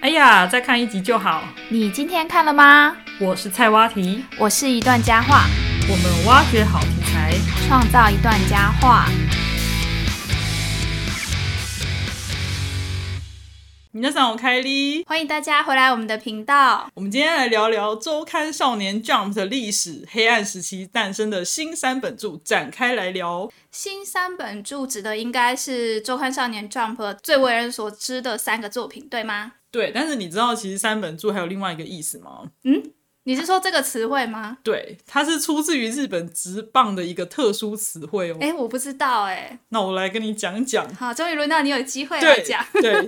哎呀，再看一集就好。你今天看了吗？我是菜蛙题，我是一段佳话，我们挖掘好题材。创造一段佳话。你那上我开哩。欢迎大家回来我们的频道。我们今天来聊聊周刊少年 Jump 的历史，黑暗时期诞生的新三本柱展开来聊。新三本柱指的应该是周刊少年 Jump 最为人所知的三个作品，对吗？对，但是你知道其实三本柱还有另外一个意思吗？你是说这个词汇吗？对，它是出自于日本直棒的一个特殊词汇哦。哎，我不知道哎。那我来跟你讲讲。好，终于轮到你有机会来对讲。对，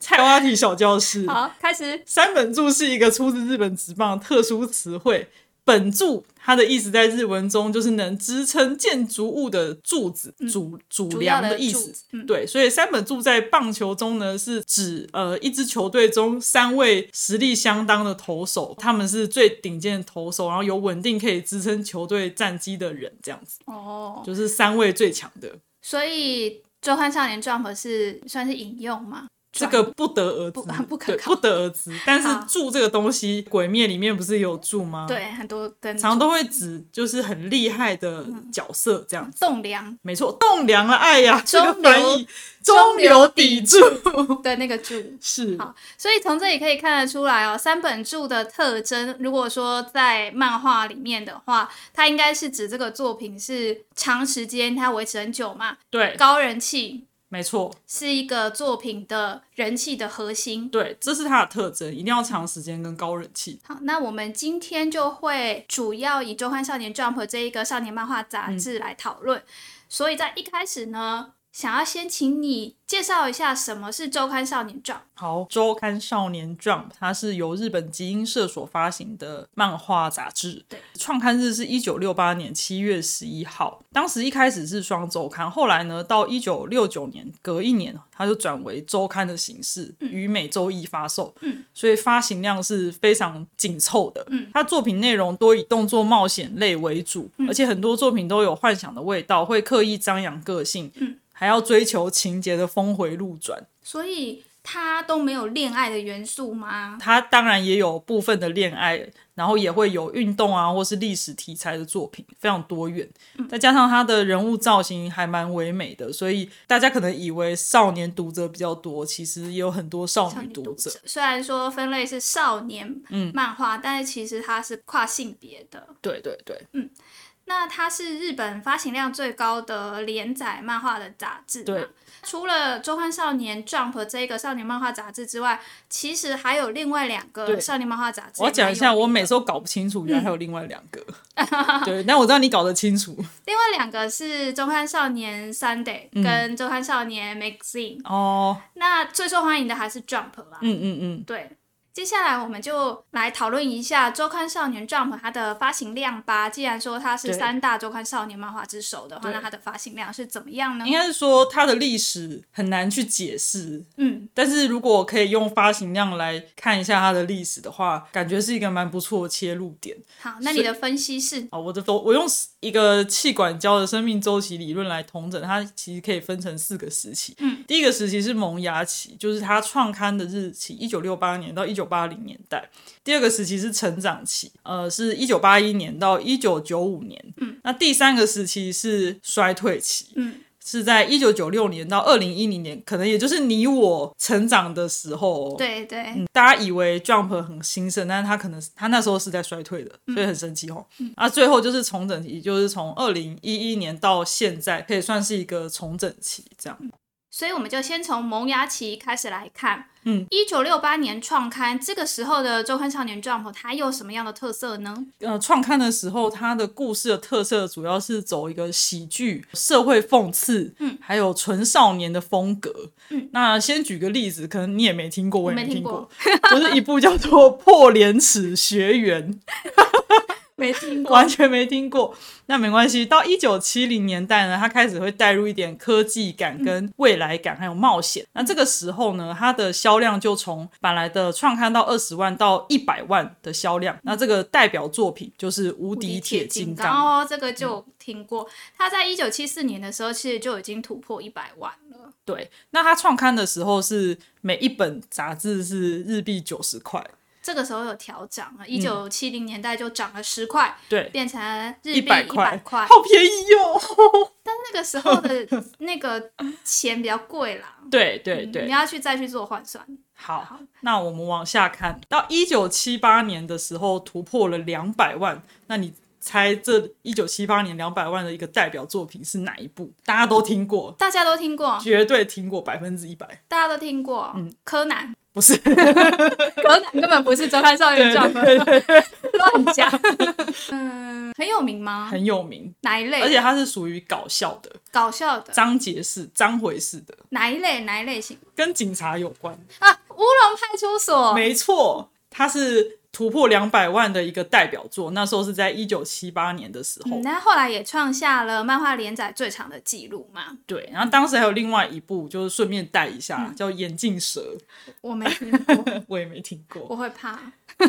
菜蛙题小教 室。好，开始。三本柱是一个出自日本职棒的特殊词汇。本柱它的意思在日文中就是能支撑建筑物的柱子、主主嗯主要梁的意柱思子。嗯对，所以三本柱在棒球中呢，是指呃一支球队中三位实力相当的投手，他们是最顶尖的投手，然后有稳定可以支撑球队战绩的人，这样子哦，就是三位最强的。所以周刊少年 Jump 是算是引用吗？这个不得而知不，不可对靠不得而知。但是好柱这个东西，《鬼灭》里面不是也有柱吗？。对很多跟嗯常常都会指就是很厉害的嗯角色这样子。栋梁没错，栋梁了，哎呀，这中个流翻译中中流流砥柱的那个柱。是好所以从这里可以看得出来哦，三本柱的特征，如果说在漫画里面的话，它应该是指这个作品是长时间它维持很久嘛，对，高人气没错，是一个作品的人气的核心。对，这是它的特征，一定要长时间跟高人气。好，那我们今天就会主要以《周刊少年 Jump》这一个少年漫画杂志来讨论。所以在一开始呢，想要先请你介绍一下什么是《周刊少年 Jump》。好，周刊少年 Jump，它是由日本集英社所发行的漫画杂志。对，创刊日是一九六八年七月十一号。当时一开始是双周刊，后来呢，到一九六九年隔一年，它就转为周刊的形式，于每周一发售。嗯，所以发行量是非常紧凑的。嗯，它作品内容多以动作冒险类为主，而且很多作品都有幻想的味道，会刻意张扬个性。嗯，还要追求情节的峰回路转。所以它都没有恋爱的元素吗？它当然也有部分的恋爱，然后也会有运动啊，或是历史题材的作品，非常多元。再加上它的人物造型还蛮唯美的，所以大家可能以为少年读者比较多，其实也有很多少少女年读读者。嗯者，虽然说分类是少年漫画，但是其实它是跨性别的。对对对，那它是日本发行量最高的连载漫画的杂志嘛。对除了《周刊少年 Jump》这个少年漫画杂志之外，其实还有另外两个对少年漫画杂志。我要讲一下，我每次都搞不清楚，原来还有另外两个。对，但我知道你搞得清楚另外两个是《周刊少年 Sunday》跟《嗯周刊少年 Magazine》 哦。那最受欢迎的还是《Jump》啦。嗯嗯嗯，对，接下来我们就来讨论一下周刊少年 Jump 它的发行量吧。既然说它是对三大周刊少年漫画之首的话，对那它的发行量是怎么样呢应？该是说它的历史很难去解释，嗯，但是如果可以用发行量来看一下它的历史的话，感觉是一个蛮不错的切入点好，那你的分析是啊、我的都我用一个气管胶的生命周期理论来统整，它其实可以分成四个时期。嗯，第一个时期是萌芽期，就是它创刊的日期，一九六八年到一九八零年代。第二个时期是成长期，呃，是一九八一年到一九九五年。嗯，那第三个时期是衰退期。嗯，是在一九九六年到二零一零年，可能也就是你我成长的时候、哦。对对，大家以为 Jump 很兴盛，但是他可能他那时候是在衰退的，所以很神奇哦。啊，最后就是重整期，就是从二零一一年到现在，可以算是一个重整期这样。所以我们就先从萌芽期开始来看。嗯，一九六八年创刊，这个时候的周刊少年 Jump 它有什么样的特色呢？呃，创刊的时候，它的故事的特色主要是走一个喜剧、社会讽刺，嗯，还有纯少年的风格。嗯，那先举个例子，可能你也没听过，我也没没听听过， 就是一部叫做《破廉耻学园》。没听 完全没听过。那没关系，到一九七零年代呢，它开始会带入一点科技感、跟未来感，还有冒险。那这个时候呢，它的销量就从本来的创刊到二十万到一百万的销量。那这个代表作品就是《无敌铁金刚》。嗯哦，这个就有听过。它在一九七四年的时候，其实就已经突破一百万了。对，那他创刊的时候是每一本杂志是日币九十块，这个时候有调涨啊，嗯一九七零年代就涨了十块，对，变成日一币百一百块，块。嗯好便宜哦。但那个时候的那个钱比较贵啦， 对对嗯对，你要去再去做换算。好，那我们往下看，到一九七八年的时候突破了两百万，那你猜这一九七八年两百万的一个代表作品是哪一部？大家都听过，大家都听过，绝对听过百分之一百，大家都听过，柯南，嗯不是？ 柯南根本不是《周刊少年 Jump》乱 讲。嗯，很有名吗？很有名，哪一类？而且它是属于搞笑的、搞笑的，章节式、章回式的，哪一类？哪一类型跟警察有关。啊？乌龙派出所，没错，它是突破两百万的一个代表作，那时候是在一九七八年的时候。嗯，那后来也创下了漫画连载最长的记录嘛。对，然后当时还有另外一部，就是顺便带一下，叫《眼镜蛇 我没听过，》，我也没听过，我会怕。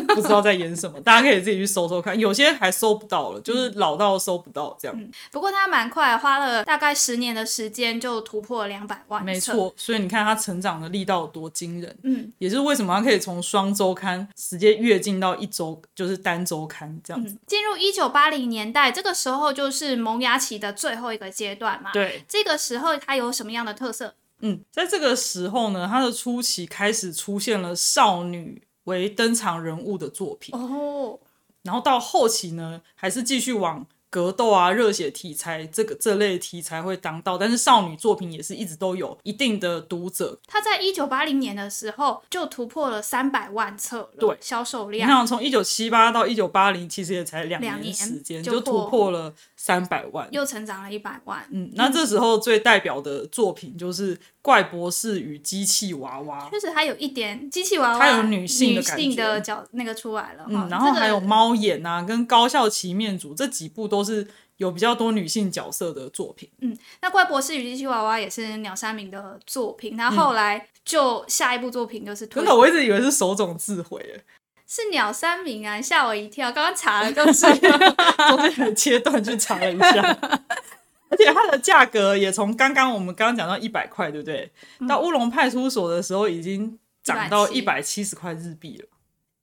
不知道在演什么，大家可以自己去搜搜看，有些还搜不到了，就是老到搜不到这样。不过他蛮快，花了大概十年的时间就突破两百万册，没错，所以你看它成长的力道有多惊人，嗯，也是为什么它可以从双周刊直接跃进到一周，就是单周刊这样子。嗯。进入一九八零年代，这个时候就是萌芽期的最后一个阶段嘛。对，这个时候它有什么样的特色？嗯，在这个时候呢，他的初期开始出现了少女为登场人物的作品，哦，然后到后期呢，还是继续往格斗啊、热血题材这个这类题材会当道，但是少女作品也是一直都有一定的读者。它在一九八零年的时候就突破了三百万册了，对销售你量。看，从一九七八到一九八零，其实也才两两年年时间，就就突破破了三百万。又成长了一百万，嗯，那这时候最代表的作品就是《怪博士与机器娃娃》，确实它有一点机器娃娃，它有女性的性感觉的角那个出来了，哈嗯，然后还有这个猫眼啊，跟高校旗面组这几部都是有比较多女性角色的作品。嗯，那怪博士与机器娃娃也是鸟山明的作品，他后来就下一部作品就是嗯推真的，哦我一直以为是手冢欸智慧，诶是鸟山明啊，吓我一跳，刚刚查 了就是了中间还切断去查了一下。 而且它的价格也从刚刚我们刚刚讲到一百块，对不对？到乌龙派出所的时候已经涨到嗯一百七十块日币了。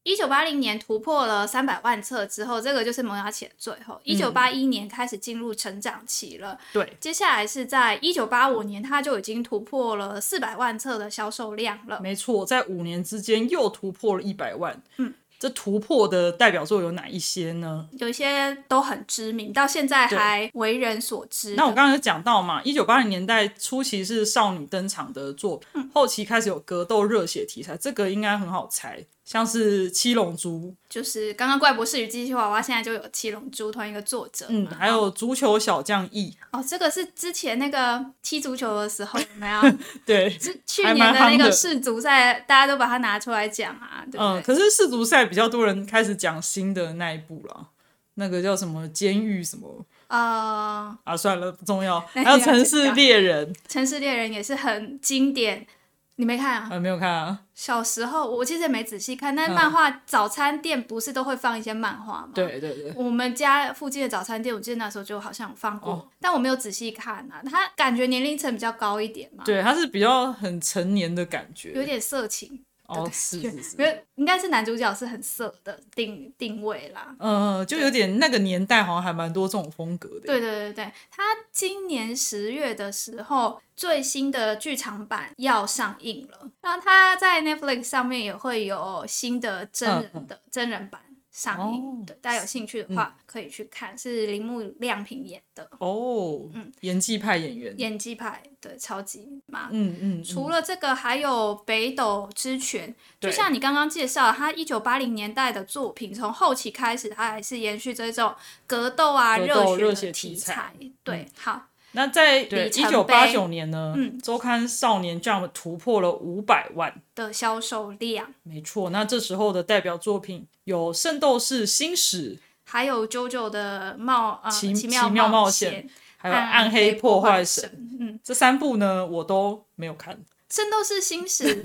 一九八零年突破了三百万册之后，这个就是萌芽期的最嗯后。一九八一年开始进入成长期了，对，接下来是在一九八五年，它就已经突破了四百万册的销售量了。没错，在五年之间又突破了一百万。嗯，这突破的代表作有哪一些呢？有一些都很知名，到现在还为人所知。那我刚刚有讲到嘛，一九八零年代初期是少女登场的作品，嗯后期开始有格斗热血题材，这个应该很好猜，像是《七龙珠》，就是刚刚怪博士与机器娃娃，现在就有七龙珠同一个作者嘛，嗯，还有《足球小将 E 哦，这个是之前那个踢足球的时候有没 有？》，对，是去还年蛮的那夯的个世足赛，大家都把它拿出来讲啊，对不对？嗯，可是世足赛比较多人开始讲新的那一部了，那个叫什么监狱什么呃，啊，算了，不重 要，那还有《你要城讲市猎人》 《城市猎人》也是很经典，你没看啊？啊，没有看啊，小时候我其实也没仔细看，但嗯漫画早餐店不是都会放一些漫画吗？。对对对，我们家附近的早餐店，我记得那时候就好像有放过，哦但我没有仔细看啊。它感觉年龄层比较高一点嘛，对，它是比较很成年的感有觉，点色情，哦，是是是没。有，应该是男主角是很色的定定位啦。嗯，就有点那个年代好像还蛮多这种风格的。对对对对，他今年十月的时候，最新的剧场版要上映了，然后他在 Netflix 上面也会有新的真人的、真人版上映，嗯哦对，大家有兴趣的话、可以去看，是铃木亮平演的，哦，演技派演员，嗯演技派，对，超级嘛。嗯嗯，嗯除了这个，还有北斗之拳，就对像你刚刚介绍，他一九八零年代的作品，从后期开始，他还是延续这种格斗啊、格热斗血热的血题题材嗯材。对，好，那在里一程九八碑九年呢，嗯周刊少年 Jump 突破了五百万，的销售量，没错。那这时候的代表作品有《圣斗士星矢》，还有 JoJo 的冒呃奇妙奇妙冒险险，还有《啊暗黑破坏神》嗯，这三部呢，我都没有看，圣斗士星矢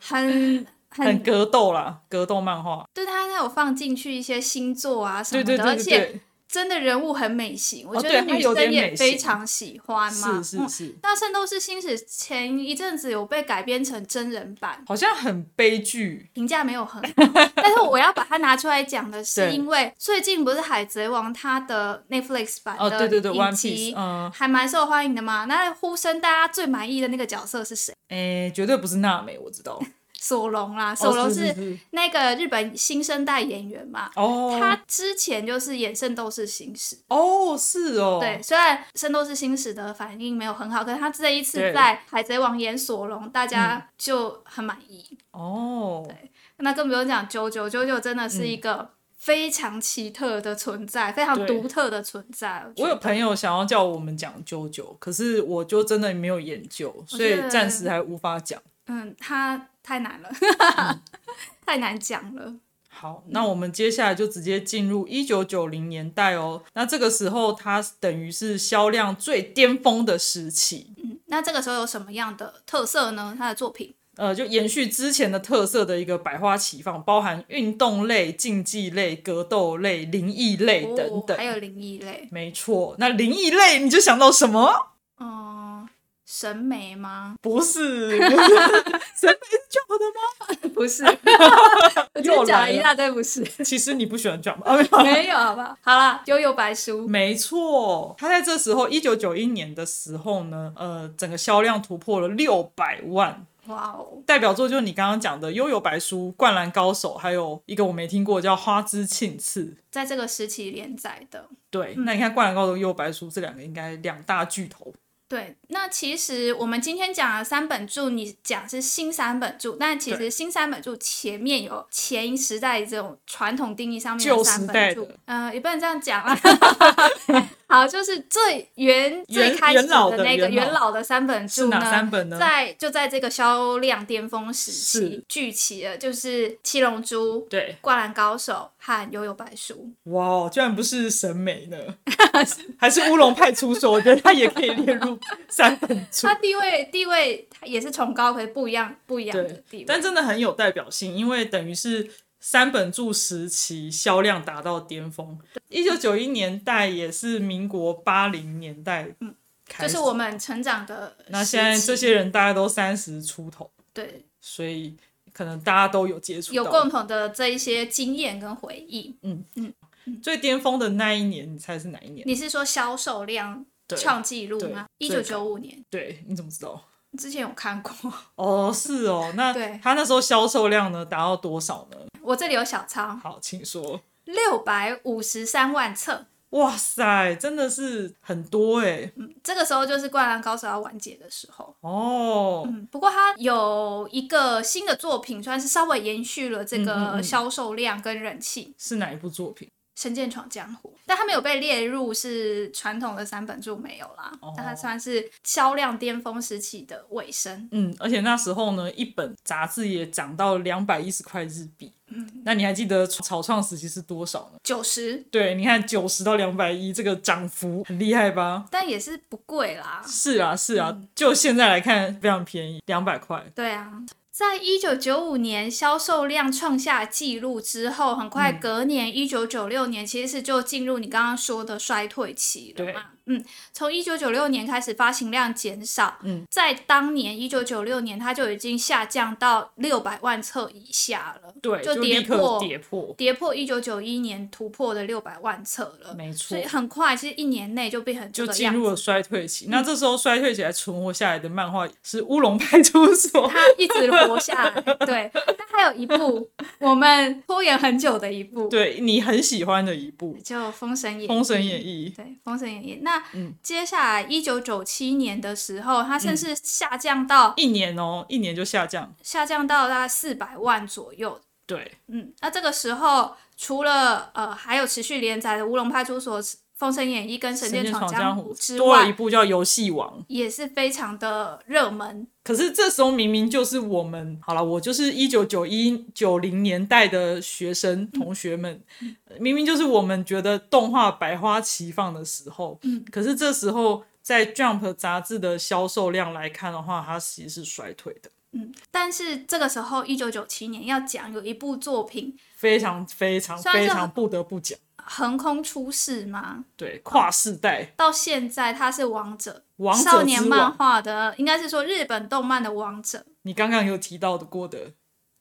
很很很，格斗啦，格斗漫画。对它它有放进去一些星座啊什对么对的，对而对且对，真的人物很美型，我哦觉对得它女有点生也美非型常喜欢是嘛。是嗯是，那《圣斗士星矢》前一阵子有被改编成真人版，好像很悲剧。评价没有很 好，但是我要把它拿出来讲的是，对因为最近不是《海贼王》它的 Netflix 版哦，的对对对影，One Piece，集嗯，还蛮受欢迎的嘛。那呼声大家最满意的那个角色是谁？哎，绝对不是娜美，我知 道。索隆啦，索隆哦是是那个日本新生代演员嘛。他哦，之前就是演《圣斗士星矢》，哦是哦，对，，虽然《圣斗士星矢》的反应没有很好，可是他这一次对嗯在《海贼王》演索隆，大家就很满意。哦，那更不用讲九九九九真的是一个非常奇特的存在，非常嗯对独特的存在。觉我得有朋友想要叫我们讲啾啾，可是我就真的没有研究，所以觉得暂时还无法讲。嗯，他太难了，嗯 太难讲了。好，那嗯我们接下来就直接进入一九九零年代哦。那这个时候，它等于是销量最巅峰的时期，嗯，那这个时候有什么样的特色呢？他的作品呃，就延续之前的特色的一个百花齐放，包含运动类、竞技类、格斗类、灵异类等哦、还等。有灵异类，没错，那灵异类你就想到什么？？嗯，审美吗不 是，不是审美是这样的吗？不是，我又就讲来了一了大堆，不是，其实你不喜欢这样吧？啊没有没有，好吧？ 好啦，悠悠白书，没错，他在这时候，一九九一年的时候呢，呃，整个销量突破了六百万。哇哦，代表作就是你刚刚讲的《悠悠白书》《灌篮高手》，还有一个我没听过叫《花之庆次》。在这个时期连载的，对，嗯那你看《灌篮高手》《悠悠白书》这两个应该两大巨头。对，那其实我们今天讲的三本柱，你讲是新三本柱，但其实对新三本柱前面有前一时代这种传统定义上面旧三时代本柱的，呃，也不能这样 讲啊。好，就是最原最元开始元老的那个元元老老的三本是柱哪呢，三本呢在就在这个销量巅峰时期是聚齐了，就是《七龙珠》、《对，灌篮高手》和《悠悠白书》。哇哦，居然不是审美 呢，还是乌龙派出所？我觉得他也可以列入三本 柱。它地位地位它也是崇高，可是不一样不一样的地对位，。但真的很有代表性，因为等于是三本柱时期销量达到巅峰。一九九一年代也是民国八零年代，嗯就开始是我们成长的时期。那现在这些人大概都三十出头，对所以可能大家都有接触到有共同的这一些经验跟回忆，最巅峰的那一年，你猜是哪一年？你是说销售量对创纪录吗？一对九最九高五年对，你怎么知道？之前有看过， 哦，是哦，那对他那时候销售量呢达到多少呢？我这里有小抄，好，请说。六百五十三万册。哇塞，真的是很多哎、嗯，这个时候就是《灌篮高手》要完结的时候。哦，嗯，不过它有一个新的作品，算是稍微延续了这嗯嗯个嗯销售量跟人气。是哪一部作品？ 《神剑闯江湖》，但它没有被列入是传统的三本柱没有啦，哦但它算是销量巅峰时期的尾声。嗯，而且那时候呢，一本杂志也涨到两百一十块日币。嗯，那你还记得草创时期是多少呢？九十，对，你看九十到两百一，这个涨幅很厉害吧？但也是不贵啦。是啊，是啊，嗯就现在来看非常便宜，两百块。对啊，在一九九五年销售量创下纪录之后，很快嗯隔年一九九六年，其实是就进入你刚刚说的衰退期了嘛。嗯，从一九九六年开始发行量减少，嗯，在当年一九九六年，它就已经下降到六百万册以下了，对，就就跌立刻破跌破，跌破一九九一年突破的六百万册了，没错所以很快，其实一年内就变成这就个进样入子。嗯了衰退期。那这时候衰退起来存活下来的漫画是《乌龙派出所》 他一直活下 来，对。但还有一部我们拖延很久的一部，对你很喜欢的一部就《封神演义》。 《封神演义》。对，《封神演义》。那、嗯接下来一九九七年的时候，它甚至下降到、一年哦，一年就下降。下降到大概四百万左右。对，嗯，那这个时候除了呃还有持续连载的《乌龙派出所》《封神演义》跟《神《剑神剑闯闯江江湖湖》》之多了一外，部叫《游戏王》。也是非常的热门。可是这时候明明就是我们好了，我就是一九九一九零年代的学生嗯同学们，呃明明就是我们觉得动画百花齐放的时候，嗯，可是这时候在 Jump 杂志的销售量来看的话，它其实是衰退的，嗯，但是这个时候，一九九七年要讲有一部作品非常非常虽然非是常不得不讲，横空出世吗？对，跨世代到现在他是王者，王者少年之漫王。画的应该是说日本动漫的王者，你刚刚有提到的郭德，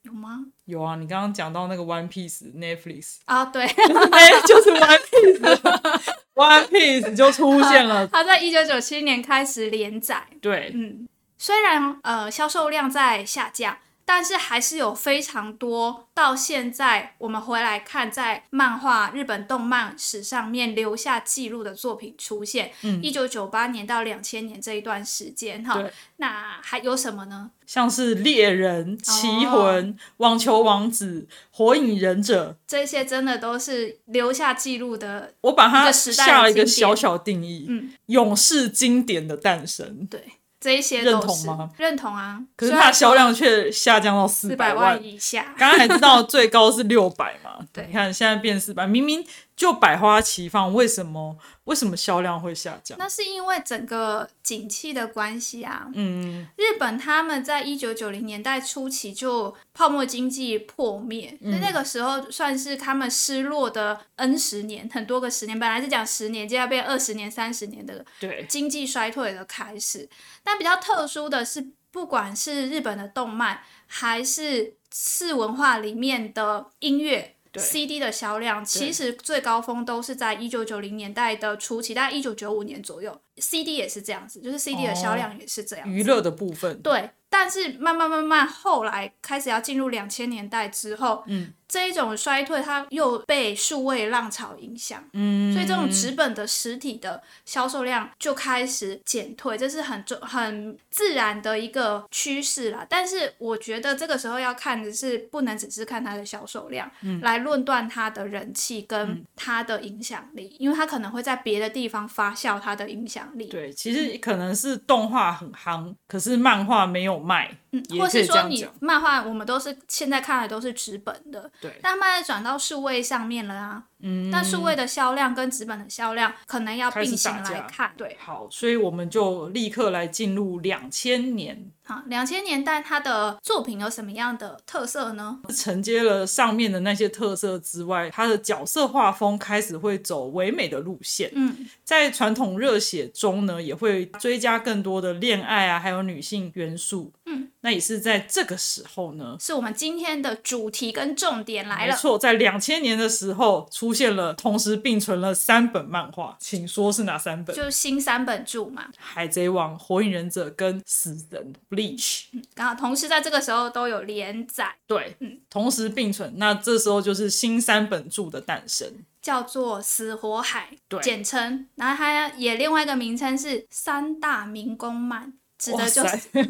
有吗？有啊，你刚刚讲到那个 One Piece Netflix， 啊，对，哎、就是 One Piece，One Piece 就出现 了。他在一九九七年开始连载，对，嗯，虽然呃销售量在下降，但是还是有非常多到现在我们回来看，在漫画日本动漫史上面留下记录的作品出现。嗯一九九八年到两千年这一段时间哈对，那还有什么呢？像是猎人、棋哦魂、网球王子、火影忍者，这些真的都是留下记录的，我把一它个时代的下了一个经典小小定义：嗯勇士经典的诞生。对，这一些都是认同吗？认同啊，可是它的销量却下降到四四百百万万。以下，刚才知道最高是六百嘛？ 对你看现在变四百，明明就百花齐放，为什么为什么销量会下降？那是因为整个景气的关系啊，嗯，日本他们在一九九零年代初期就泡沫经济破灭，那、嗯那个时候算是他们失落的 N 十年，很多个十年，本来是讲十年，接下来变二十年、三十年的对，经济衰退的开始。但比较特殊的是，不管是日本的动漫，还是次文化里面的音乐。对 CD 的销量其实最高峰都是在一九九零年代的初期，大概一九九五年左右。CD 也是这样子，就是 CD 哦的销量也是这样子。娱乐的部分，对，但是慢慢慢慢，后来开始要进入两千年代之后，嗯，这一种衰退它又被数位浪潮影响，嗯，所以这种纸本的实体的销售量就开始减退，这是很重很自然的一个趋势啦。但是我觉得这个时候要看的是，不能只是看它的销售量、嗯来论断它的人气跟它的影响力，因为它可能会在别的地方发酵它的影响力。对，其实可能是动画很夯，可是漫画没有卖，嗯，也或可以是这说样你讲漫画，我们都是现在看的都是纸本的，对，但慢慢转到数位上面了啊。嗯，那数位的销量跟纸本的销量可能要开始并行打架来看，对。好，所以我们就立刻来进入两千年，好，两千年代它的作品有什么样的特色呢？承接了上面的那些特色之外，它的角色画风开始会走唯美的路线，嗯，在传统热血中呢，也会追加更多的恋爱啊，还有女性元素，嗯，那也是在这个时候呢。是我们今天的主题跟重点来没了。错，在两千年的时候出现了，同时并存了三本漫画，请说是哪三本？就是新三本柱嘛，海贼王、火影忍者跟死神 Bleach，然后同时在这个时候都有连载，对，嗯同时并存。那这时候就是新三本柱的诞生，叫做《死火海对》，简称，然后它也另外一个名称是三大民工漫，指哇的就是塞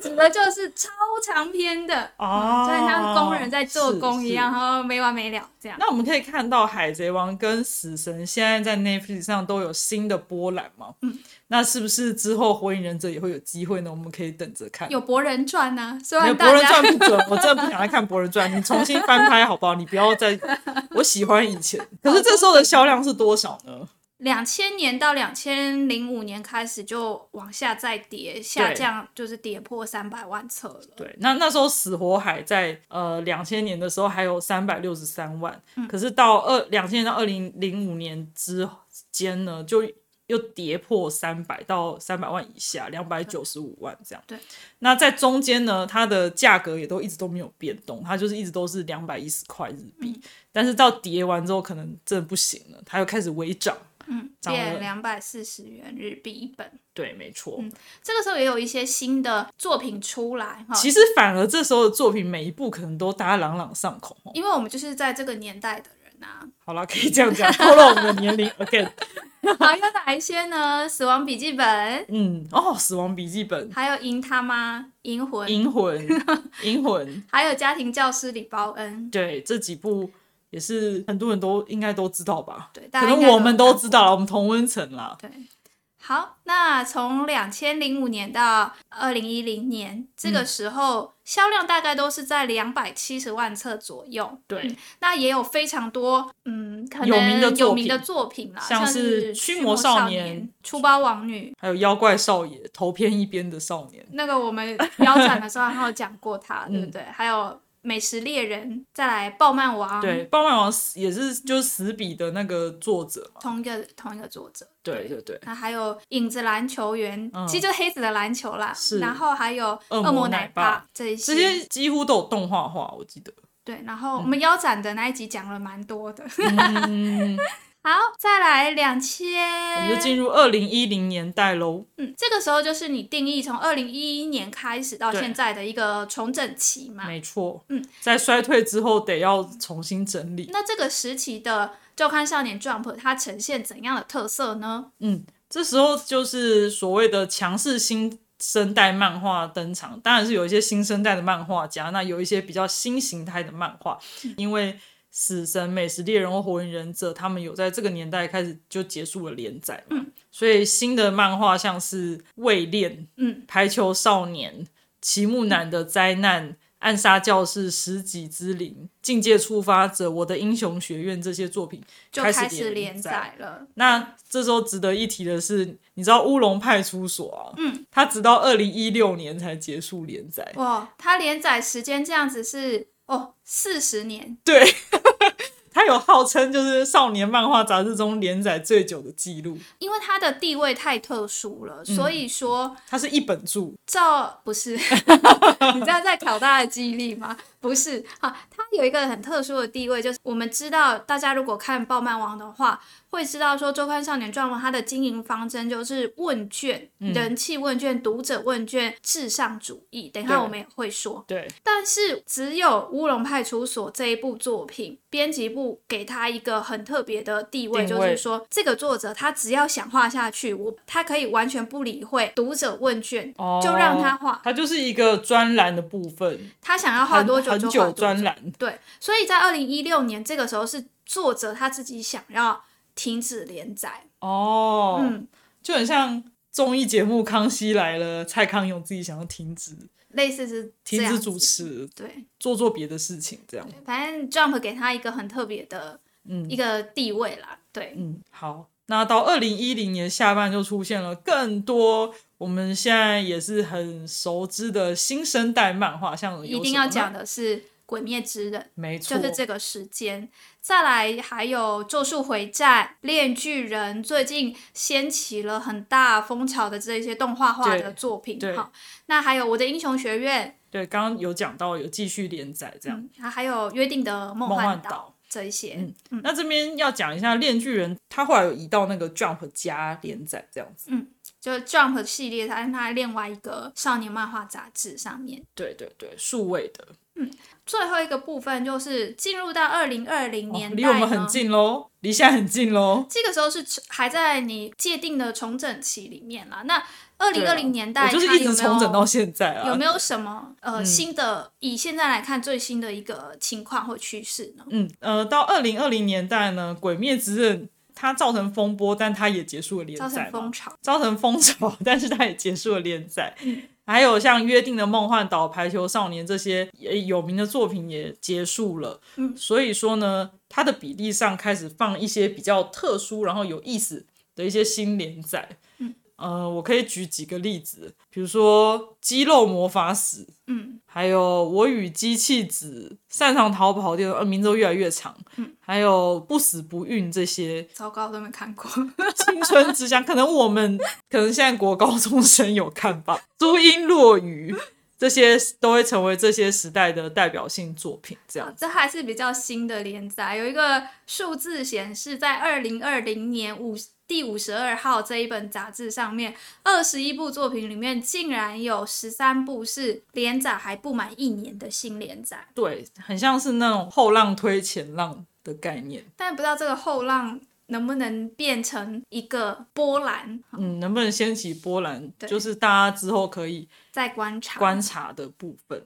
指的就是超长篇的，哦就很像工人在做工一样，是然后没完没了这样。那我们可以看到，《海贼王》跟《死神》现在在 Netflix 上都有新的波澜嘛？嗯，那是不是之后《火影忍者》也会有机会呢？我们可以等着看。有《博人传》呢，虽没有然《博大人家传》不准，我真的不想再看《博人传》，你重新翻拍好不好？你不要再，我喜欢以前。可是这时候的销量是多少呢？两千年到两千零五年开始就往下再跌，下降就是跌破三百万册了。对，那那时候死火海在呃两千年的时候还有三百六十三万，可是到二两千年到二零零五年之间呢，就又跌破三百到三百万以下，两百九十五万这样。对，那在中间呢，它的价格也都一直都没有变动，它就是一直都是两百一十块日币，但是到跌完之后，可能真的不行了，它又开始微涨。嗯，涨了变两百四十元日币一本。对，没错。这个时候也有一些新的作品出来哈，其实反而这时候的作品每一部可能都大家朗朗上口哦。因为我们就是在这个年代的人 啊。好啦，可以这样讲， 透露我们的年龄 again。好，有哪一些呢？《死亡笔记本》，嗯，哦，《死亡笔记本》 还有《赢他妈》《银魂》 《银魂》《银魂》，还有《家庭教师》李包恩。对，这几部也是很多人都应该都知道吧？对，大可家应能该我们有看都过知道啦，我们同温层啦。对，好，那从两千零五年到二零一零年这嗯个时候，销量大概都是在两百七十万册左右。嗯对，那也有非常多，嗯，可能有名的作有名的作品啦，像是是《驱驱魔魔少少年年》《出包王女》。还有妖怪少爷头偏一边的少年， 嗯那个我们腰斩的时候，然后讲过它，对不对？还有美食猎人，再来暴漫王，对，《爆漫王》也是就是死笔的那个作者嘛。同一个同一个作者。对对对，那还有影子篮球员，嗯其实就是黑子的篮球啦。是然后还有恶魔恶魔奶奶爸爸这一这些几乎都有动画化，我 记得。对，然后我们腰斩的那一集讲了蛮多的。嗯 好，再来两我千，们就进入二零一零年代 喽。嗯，这个时候就是你定义从二零一一年开始到对现在的一个重整期嘛。没错，嗯，在衰退之后得要重新整理。那这个时期的周刊少年 Jump 它呈现怎样的特色呢？嗯，这时候就是所谓的强势新生代漫画登场，当然是有一些新生代的漫画家，那有一些比较新形态的漫画，因为。死神、美食猎人或火影忍者，他们有在这个年代开始就结束了连载嘛，所以新的漫画像是《卫恋》、嗯， 《排球少年》、《奇木男的灾难》、《暗杀教室》、《十级之灵》、《境界触发者》、《我的英雄学院》这些作品就开开始始连连载。载了。那这时候值得一提的是，你知道乌龙派出所啊，嗯，它直到二零一六年才结束连载，哇，它连载时间这样子是哦四十年，对。它有号称就是少年漫画杂志中连载最久的记录，因为它的地位太特殊了，所以说。它是一本著，照不是，你这样在考大家的记忆力吗？不是，好，它有一个很特殊的地位，就是我们知道，大家如果看爆漫王的话，会知道说周刊少年 Jump 它的经营方针就是问卷、人气问卷、读者问卷、至上主义。等一下对我们也会说，对，但是只有乌龙派出所这一部作品，编辑部给他一个很特别的地位，定就位是说这个作者他只要想画下去，我他可以完全不理会读者问卷，哦就让他画，它就是一个专栏的部分，他想要画多久很很就画久多久。专栏，对，所以在二零一六年这个时候是作者他自己想要停止连载，哦，嗯，就很像综艺节目《康熙来了》，蔡康永自己想要停止类似是这停样止子主。持，对，做做别的事情这样。反正 Jump 给他一个很特别的，嗯一个地位啦。对，嗯，好，那到二零一零年下半就出现了更多我们现在也是很熟知的新生代漫画，像有一什定么要呢讲，的是《鬼灭之刃》。没错，就是这个时间。再来还有《咒术回战》《炼巨人》，最近掀起了很大风潮的这些动画化的对作品对。好，那还有《我的英雄学院对，刚刚有讲到有继续连载这》样。嗯，还有《约定的梦梦幻幻岛岛》这一些。嗯那这边要讲一下《链巨人》，他后来有移到那个 Jump 加连载这样子。就 Jump 系列，它它另外一个少年漫画杂志上面。对对对，数位的，最后一个部分就是进入到二零二零哦年代离呢，我们很近喽，离现在很近喽。这个时候是还在你界定的重整期里面啦。那二零二零年代，啊我就是它一有直没有重整到现在啊。有没有什么呃、嗯新的？以现在来看，最新的一个情况或趋势呢？嗯，呃，到二零二零年代呢，《鬼灭之刃》它造成风波，但它也结束了连载造嘛，成风潮，造成风潮，但是它也结束了连载。嗯还有像《约定的梦幻岛》《排球少年》这些也有名的作品也结束了。嗯所以说呢，它的比例上开始放一些比较特殊，然后有意思的一些新连载。嗯，呃，我可以举几个例子，比如说《肌肉魔法使》，嗯，还有我与机器子、擅长逃跑的、呃、名字都越来越长，嗯还有不死不孕这些糟糕，都没看过。青春之乡，可能我们 可能现在国高中生有看吧，朱茵落雨这些都会成为这些时代的代表性作品。这样， 这还是比较新的连载，有一个数字显示，在二零二零年五第五十二号这一本杂志上面，二十一部作品里面竟然有十三部是连载还不满一年的新连载。对，很像是那种后浪推前浪的概念。但不知道这个后浪能不能变成一个波澜，嗯，能不能掀起波澜，对就是大家之后可以在观察。观察的部分。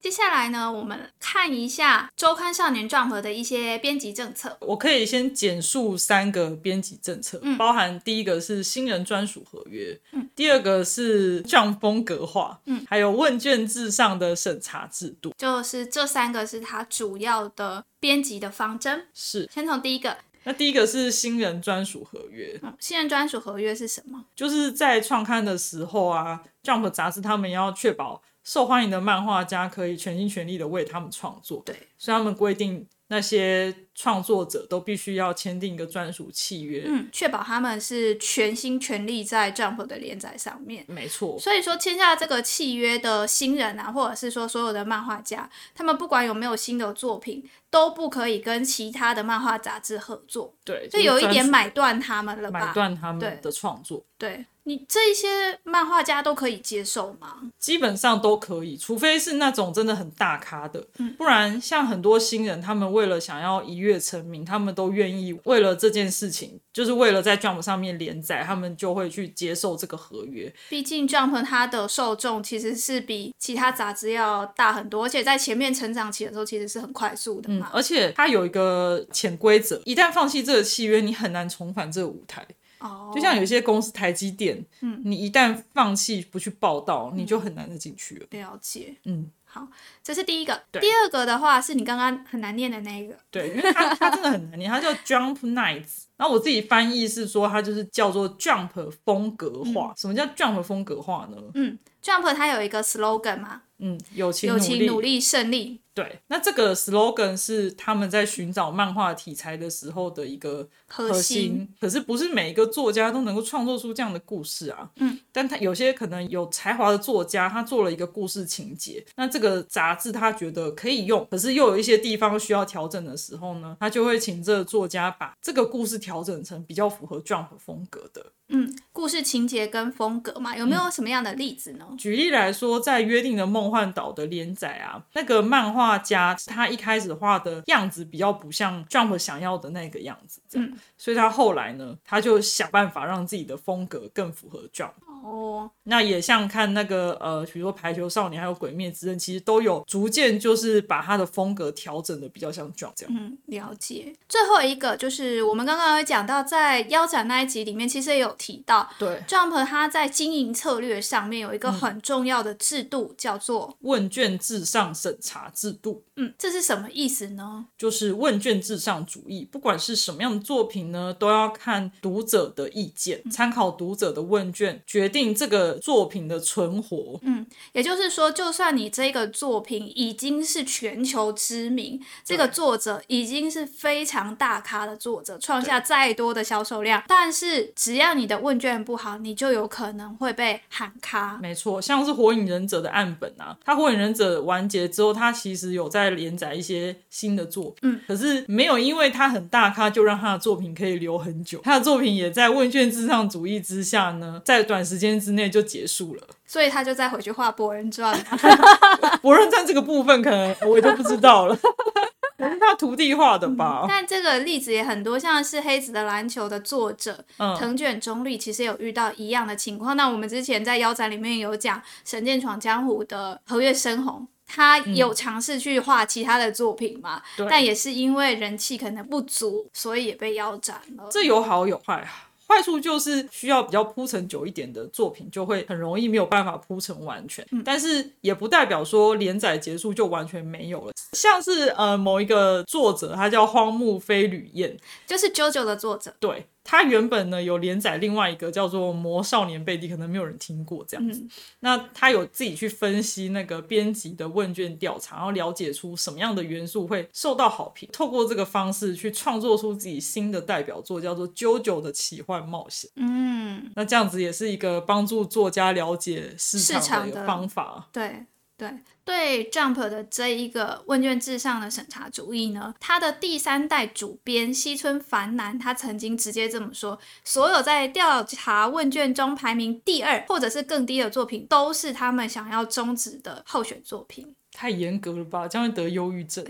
接下来呢，我们看一下周刊少年 Jump 的一些编辑政策。我可以先简述三个编辑政策，嗯包含第一个是新人专属合约，嗯第二个是降风格化，嗯还有问卷至上的审查制度。就是这三个是它主要的编辑的方针。是，先从第一个，那第一个是新人专属合约，嗯，新人专属合约是什么？就是在创刊的时候啊，Jump 杂志他们要确保受欢迎的漫画家可以全心全力的为他们创作，对，所以他们规定那些创作者都必须要签订一个专属契约。嗯，确保他们是全心全力在 Jump 的连载上面。没错，所以说，签下这个契约的新人啊，或者是说所有的漫画家，他们不管有没有新的作品，都不可以跟其他的漫画杂志合作，对，就是有一专点属买断他们了买吧？断他对们的创作，对你这一些漫画家都可以接受吗？基本上都可以，除非是那种真的很大咖的，不然像很多新人，他们为了想要一跃成名，他们都愿意为了这件事情，就是为了在 Jump 上面连载，他们就会去接受这个合约。毕竟 Jump 它的受众其实是比其他杂志要大很多，而且在前面成长期的时候其实是很快速的嗯嘛。，而且它有一个潜规则，一旦放弃这个契约，你很难重返这个舞台。哦，就像有些公司，台积电，嗯，你一旦放弃不去报道，你就很难再进去了。了解，嗯，好，这是第一个。对第二个的话是你刚刚很难念的那一个，对，因为它它真的很难念，它叫 Jump Nights。然后我自己翻译是说，它就是叫做 Jump 风格化。什么叫 Jump 风格化呢？嗯，Jump 它有一个 slogan 嘛，嗯，友情友情努力。力胜利，对，那这个 slogan 是他们在寻找漫画题材的时候的一个核核心。可是不是每一个作家都能够创作出这样的故事啊。嗯，但他有些可能有才华的作家，他做了一个故事情节，那这个杂志他觉得可以用，可是又有一些地方需要调整的时候呢，他就会请这个作家把这个故事调整成比较符合 Jump 风格的。嗯，故事情节跟风格嘛，有嗯没有什么样的例子呢？举例来说，在《约定的梦幻岛》的连载啊，那个漫画家他一开始画的样子比较不像 Jump 想要的那个样子，这样，嗯所以他后来呢，他就想办法让自己的风格更符合 Jump。哦，那也像看那个呃，比如说《排球少年》还有《鬼灭之刃》，其实都有逐渐就是把他的风格调整的比较像 Jump 这样。嗯，了解。最后一个就是我们刚刚有讲到，在腰斩那一集里面，其实也有提到对， Jump 它在经营策略上面有一个很重要的制度，叫做问卷至上审查制度。嗯，这是什么意思呢？就是问卷至上主义，不管是什么样的作品呢，都要看读者的意见，参考读者的问卷，决定这个作品的存活。嗯也就是说，就算你这个作品已经是全球知名，这个作者已经是非常大咖的作者，创下再多的销售量，但是只要你的问卷不好，你就有可能会被喊咖。没错，像是《火影忍者》的岸本啊，他《火影忍者》完结之后，他其实有在连载一些新的作品，嗯，可是没有因为他很大咖就让他的作品可以留很久，他的作品也在问卷至上主义之下呢，在短时间之内就结束了。所以他就再回去画《博人传》嘛。博人传这个部分可能我也都不知道 了， 可能是他徒弟画的吧。嗯但这个例子也很多，像是《黑子的篮球》的作者嗯藤卷中立，其实有遇到一样的情况。那我们之前在腰斩里面有讲《神剑闯江湖》的和月伸宏。他有尝试去画其他的作品嘛？嗯对但也是因为人气可能不足，所以也被腰斩了。这有好有坏啊。坏处就是需要比较铺陈久一点的作品，就会很容易没有办法铺陈完全。但是也不代表说连载结束就完全没有了。像是呃某一个作者，他叫荒木飞吕彦，就是《JoJo》的作者，对他原本呢有连载另外一个叫做《魔少年贝蒂》，可能没有人听过这样子。嗯那他有自己去分析那个编辑的问卷调查，然后了解出什么样的元素会受到好评，透过这个方式去创作出自己新的代表作，叫做《JoJo 的奇幻冒险》。嗯，那这样子也是一个帮助作家了解市市场场的一的个方法。对对对，《Jump》的这一个问卷至上的审查主义呢，它的第三代主编西村繁男他曾经直接这么说：，所有在调查问卷中排名第二或者是更低的作品，都是他们想要终止的候选作品。太严格了吧，这样会得忧郁症。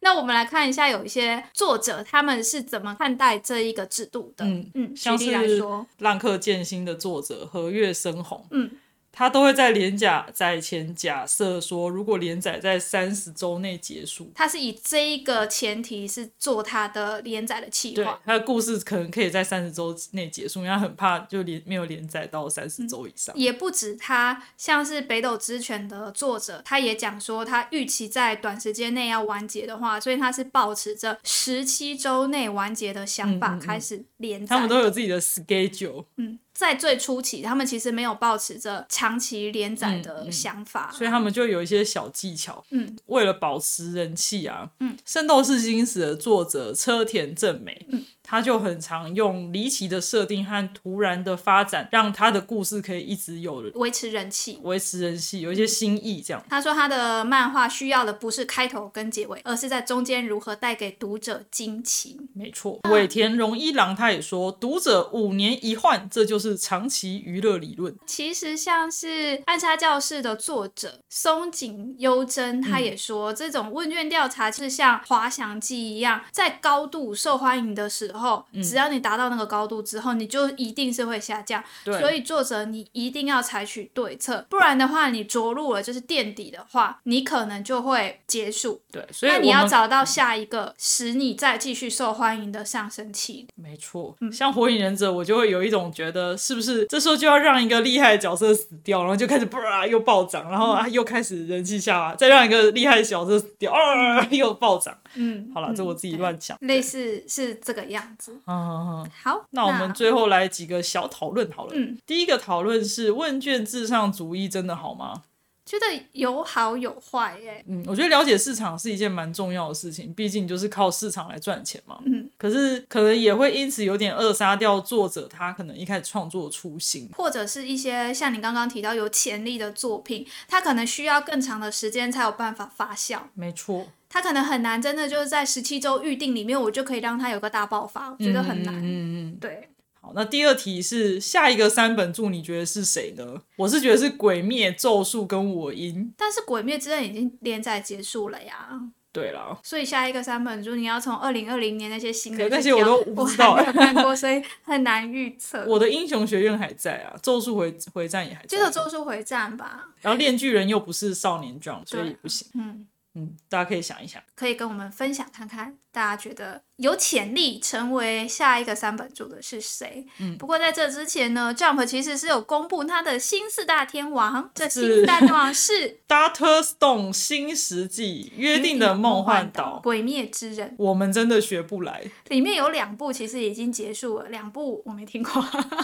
那我们来看一下，有一些作者他们是怎么看待这一个制度的。嗯嗯，举像例来是说，浪客剑心的作者和月生红，嗯，他都会在连假载前假设说，如果连载在三十周内结束，他是以这一个前提是做他的连载的企对划。，他的故事可能可以在三十周内结束，因为他很怕就连没有连载到三嗯十周以上。也不止他，像是《北斗之拳》的作者，他也讲说，他预期在短时间内要完结的话，所以他是保持着十七周内完结的想法嗯嗯嗯开始连载。他们都有自己的 schedule，嗯，在最初期，他们其实没有抱持着长期连载嗯的嗯想法，所以他们就有一些小技巧，嗯，为了保持人气啊，嗯《圣斗士星矢》的作者车田正美，嗯，他就很常用离奇的设定和突然的发展，让他的故事可以一直有维持人气。维持人气，有一些新意这样。他说他的漫画需要的不是开头跟结尾，而是在中间如何带给读者惊奇。没错，尾田荣一郎他也说，读者五年一换，这就是长期娱乐理论。其实像是《暗杀教室》的作者松井优真，他嗯也说，这种问卷调查是像滑翔机一样，在高度受欢迎的时候，嗯只要你达到那个高度之后，你就一定是会下降。对所以作者你一定要采取对策，不然的话，你着陆了就是垫底的话，你可能就会结束。对，所以那你我要们找到下一个使你再继续受欢迎的上升期。没错，嗯像火影忍者，我就会有一种觉得，是不是这时候就要让一个厉害的角色死掉，然后就开始啊又暴涨，然后啊又开始人气下滑，再让一个厉害的角色死掉，啊又暴涨。嗯，好了，这我自己乱想。类似是这个样子。嗯，好，那我们最后来几个小讨论好了。嗯，第一个讨论是问卷至上主义真的好吗？觉得有好有坏耶、嗯，我觉得了解市场是一件蛮重要的事情，毕竟就是靠市场来赚钱嘛。嗯，可是可能也会因此有点扼杀掉作者他可能一开始创作的初心。或者是一些像你刚刚提到有潜力的作品，它可能需要更长的时间才有办法发酵，没错，它可能很难真的就是在十七周预定里面，我就可以让它有个大爆发，我觉得很难。嗯嗯嗯。对，好，那第二题是下一个三本柱，你觉得是谁呢？我是觉得是《鬼灭》《咒术》跟《我音但是《鬼灭之刃》已经连载结束了呀，》。对啦，所以下一个三本书你要从二零二零年那些新的可去那些挑我都不我知道还没有看过，所以很难预测。 我的英雄学院还在啊，《咒术回回战》也还在。接着《咒术回战》吧，然后《链锯人》又不是少年 Jump，所以对不行。嗯，嗯，大家可以想一想。可以跟我们分享看看，大家觉得有潜力成为下一个三本主的是谁？嗯不过在这之前呢，Jump 其实是有公布他的新四大天王，这是新四大天王是《 Data Stone 新石纪约定的梦幻岛，鬼灭之刃》，我们真的学不 来。里面有两部其实已经结束了，两部我没听过。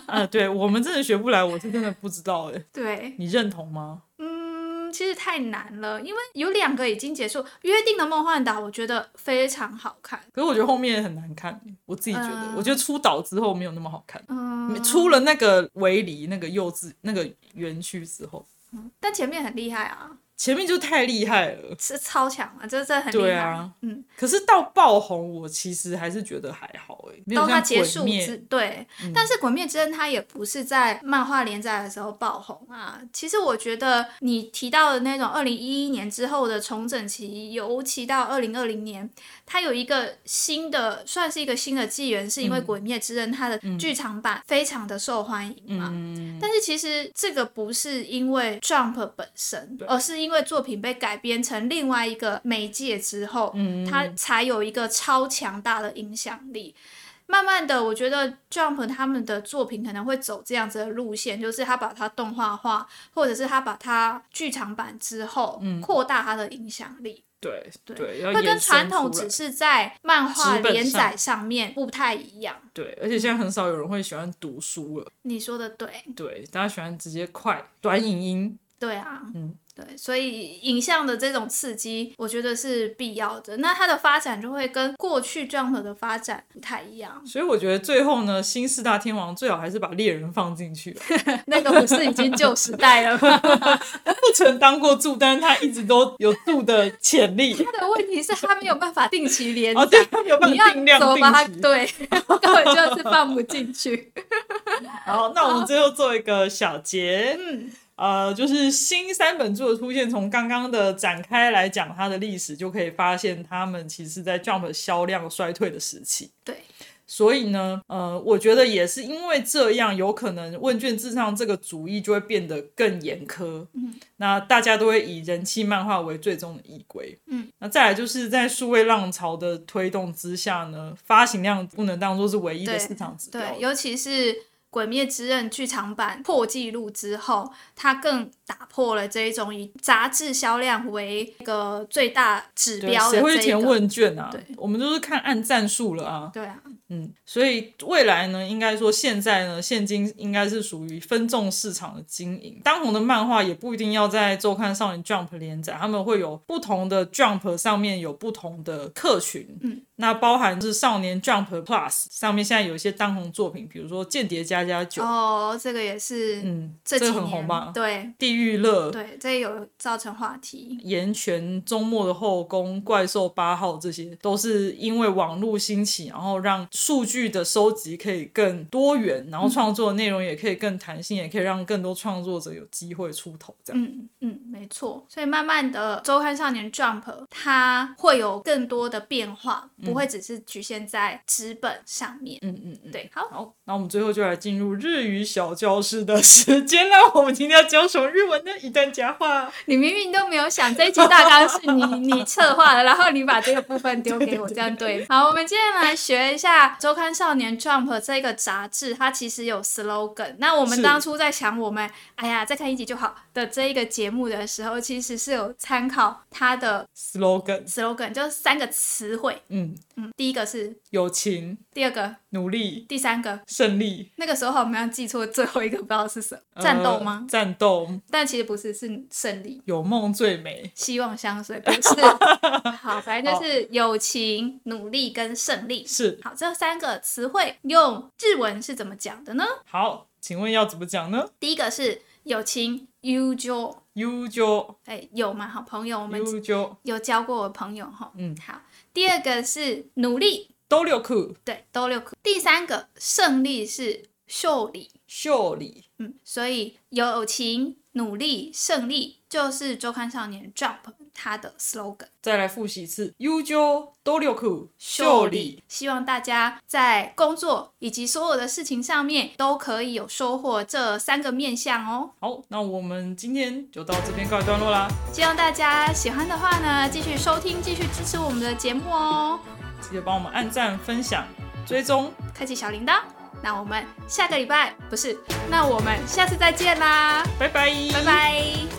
啊，对我们真的学不来，我是真的不知道哎，对，你认同吗？嗯，其实太难了，因为有两个已经结束，《约定的梦幻岛》我觉得非常好看。可是我觉得后面很难看，我自己觉得，嗯我觉得出岛之后没有那么好看。嗯，出了那个围篱、那个幼稚、那个园区之后，但前面很厉害啊，前面就太厉害了。是超强啊，这真的很厉害。对啊，嗯，可是到爆红，我其实还是觉得还好哎、欸，没有到它像结束鬼之灭。嗯对，但是《鬼灭之刃》它也不是在漫画连载的时候爆红啊。其实我觉得你提到的那种二零一一年之后的重整期，尤其到二零二零年，它有一个新的，算是一个新的纪元，是因为嗯《鬼灭之刃》它的剧场版非常的受欢迎嘛。嗯，但是其实这个不是因为 Jump 本身，而是因为作品被改编成另外一个媒介之后，嗯它才有一个超强大的影响力。慢慢的，我觉得 Jump 他们的作品可能会走这样子的路线，就是他把它动画化，或者是他把它剧场版之后，扩大它的影响力。对对对，嗯要会跟延伸传统出来只是在漫画纸本连上载上面不太一样。对，而且现在很少有人会喜欢读书了，你说的对，对，大家喜欢直接快短影音，对啊，嗯，，对，所以影像的这种刺激，我觉得是必要的。那它的发展就会跟过去 Jump 的发展不太一样所以我觉得最后呢，新四大天王最好还是把猎人放进去啊，那个不是已经旧时代了 吗？不曾当过柱，但是他一直都有柱的潜力。 它的问题是它没有办法定期连载。哦，对，他没有办 你法要定量怎么把它定期。对， 根本就是放不进去。好，那我啊们最后做一个小结，嗯，呃，就是新三本柱的出现，从刚刚的展开来讲它的历史，就可以发现他们其实在 Jump 销量衰退的时期。 对，所以呢，呃，我觉得也是因为这样，有可能问卷至上这个主义就会变得更严苛。嗯，那大家都会以人气漫画为最终的依归。嗯，那再来就是在数位浪潮的推动之下呢，发行量不能当做是唯一的对市场指标了。对，尤其是《鬼灭之刃》剧场版破纪录之后，它更打破了这一种以杂志销量为一个最大指对，标的谁这会去一填个。问卷啊？对我们就是看按赞数了啊。对啊，嗯，所以未来呢，应该说现在呢，现今应该是属于分众市场的经营。当红的漫画也不一定要在周刊少年 Jump 连载，他们会有不同的 Jump 上面有不同的客群。嗯，那包含是少年 Jump Plus 上面现在有一些当红作品，比如说《间谍加加九》，哦，这个也是，嗯，这这几个年很红吧？对地狱乐、对，这有造成话题。岩泉、周末的后宫、怪兽八号，这些都是因为网络兴起，然后让数据的收集可以更多元，然后创作的内容也可以更弹性，也可以让更多创作者有机会出头。这样，嗯嗯，没错。所以慢慢的，周刊少年 Jump 它会有更多的变化，不会只是局限在纸本上面。嗯嗯嗯。对，好，好，那我们最后就来进入日语小教室的时间啦。我们今天要教什么日文呢？一段佳话。你明明都没有想这一集大纲是 你你策划的，然后你把这个部分丢给我，这样对吗。好，我们今天来学一下《周刊少年 Jump》这个杂志，它其实有 slogan。那我们是当初在想我们哎呀再看一集就好的这一个节目的时候，其实是有参考它的 slogan， slogan，就是三个词汇。嗯，嗯，第一个是，友情、第二个，努力、第三个。胜利。那个时候好像记错最后一个，不知道是什么呃战斗吗？战斗，但其实不是，是胜利。有梦最美。希望相随，不是。好，反正就是友情、努力跟胜利。是好，这三个词汇用日文是怎么讲的呢？好，请问要怎么讲呢？第一个是友情 u j o 悠久，哎，有嘛？好朋友，我们悠久，有交过我朋友哈。嗯好。第二个是努力，都六库对，都六苦。第三个胜利是秀礼，秀里，嗯，所以友情、努力、胜利就是周刊少年 Jump 它的 slogan。再来复习一次，悠久都六库秀秀里里，，希望大家在工作以及所有的事情上面都可以有收获这三个面向哦。好，那我们今天就到这边告一段落啦，希望大家喜欢的话呢，继续收听，继续支持我们的节目哦，记得帮我们按赞、分享、追踪，开启小铃铛。那我们下个礼拜不是，那我们下次再见啦，拜拜，拜拜。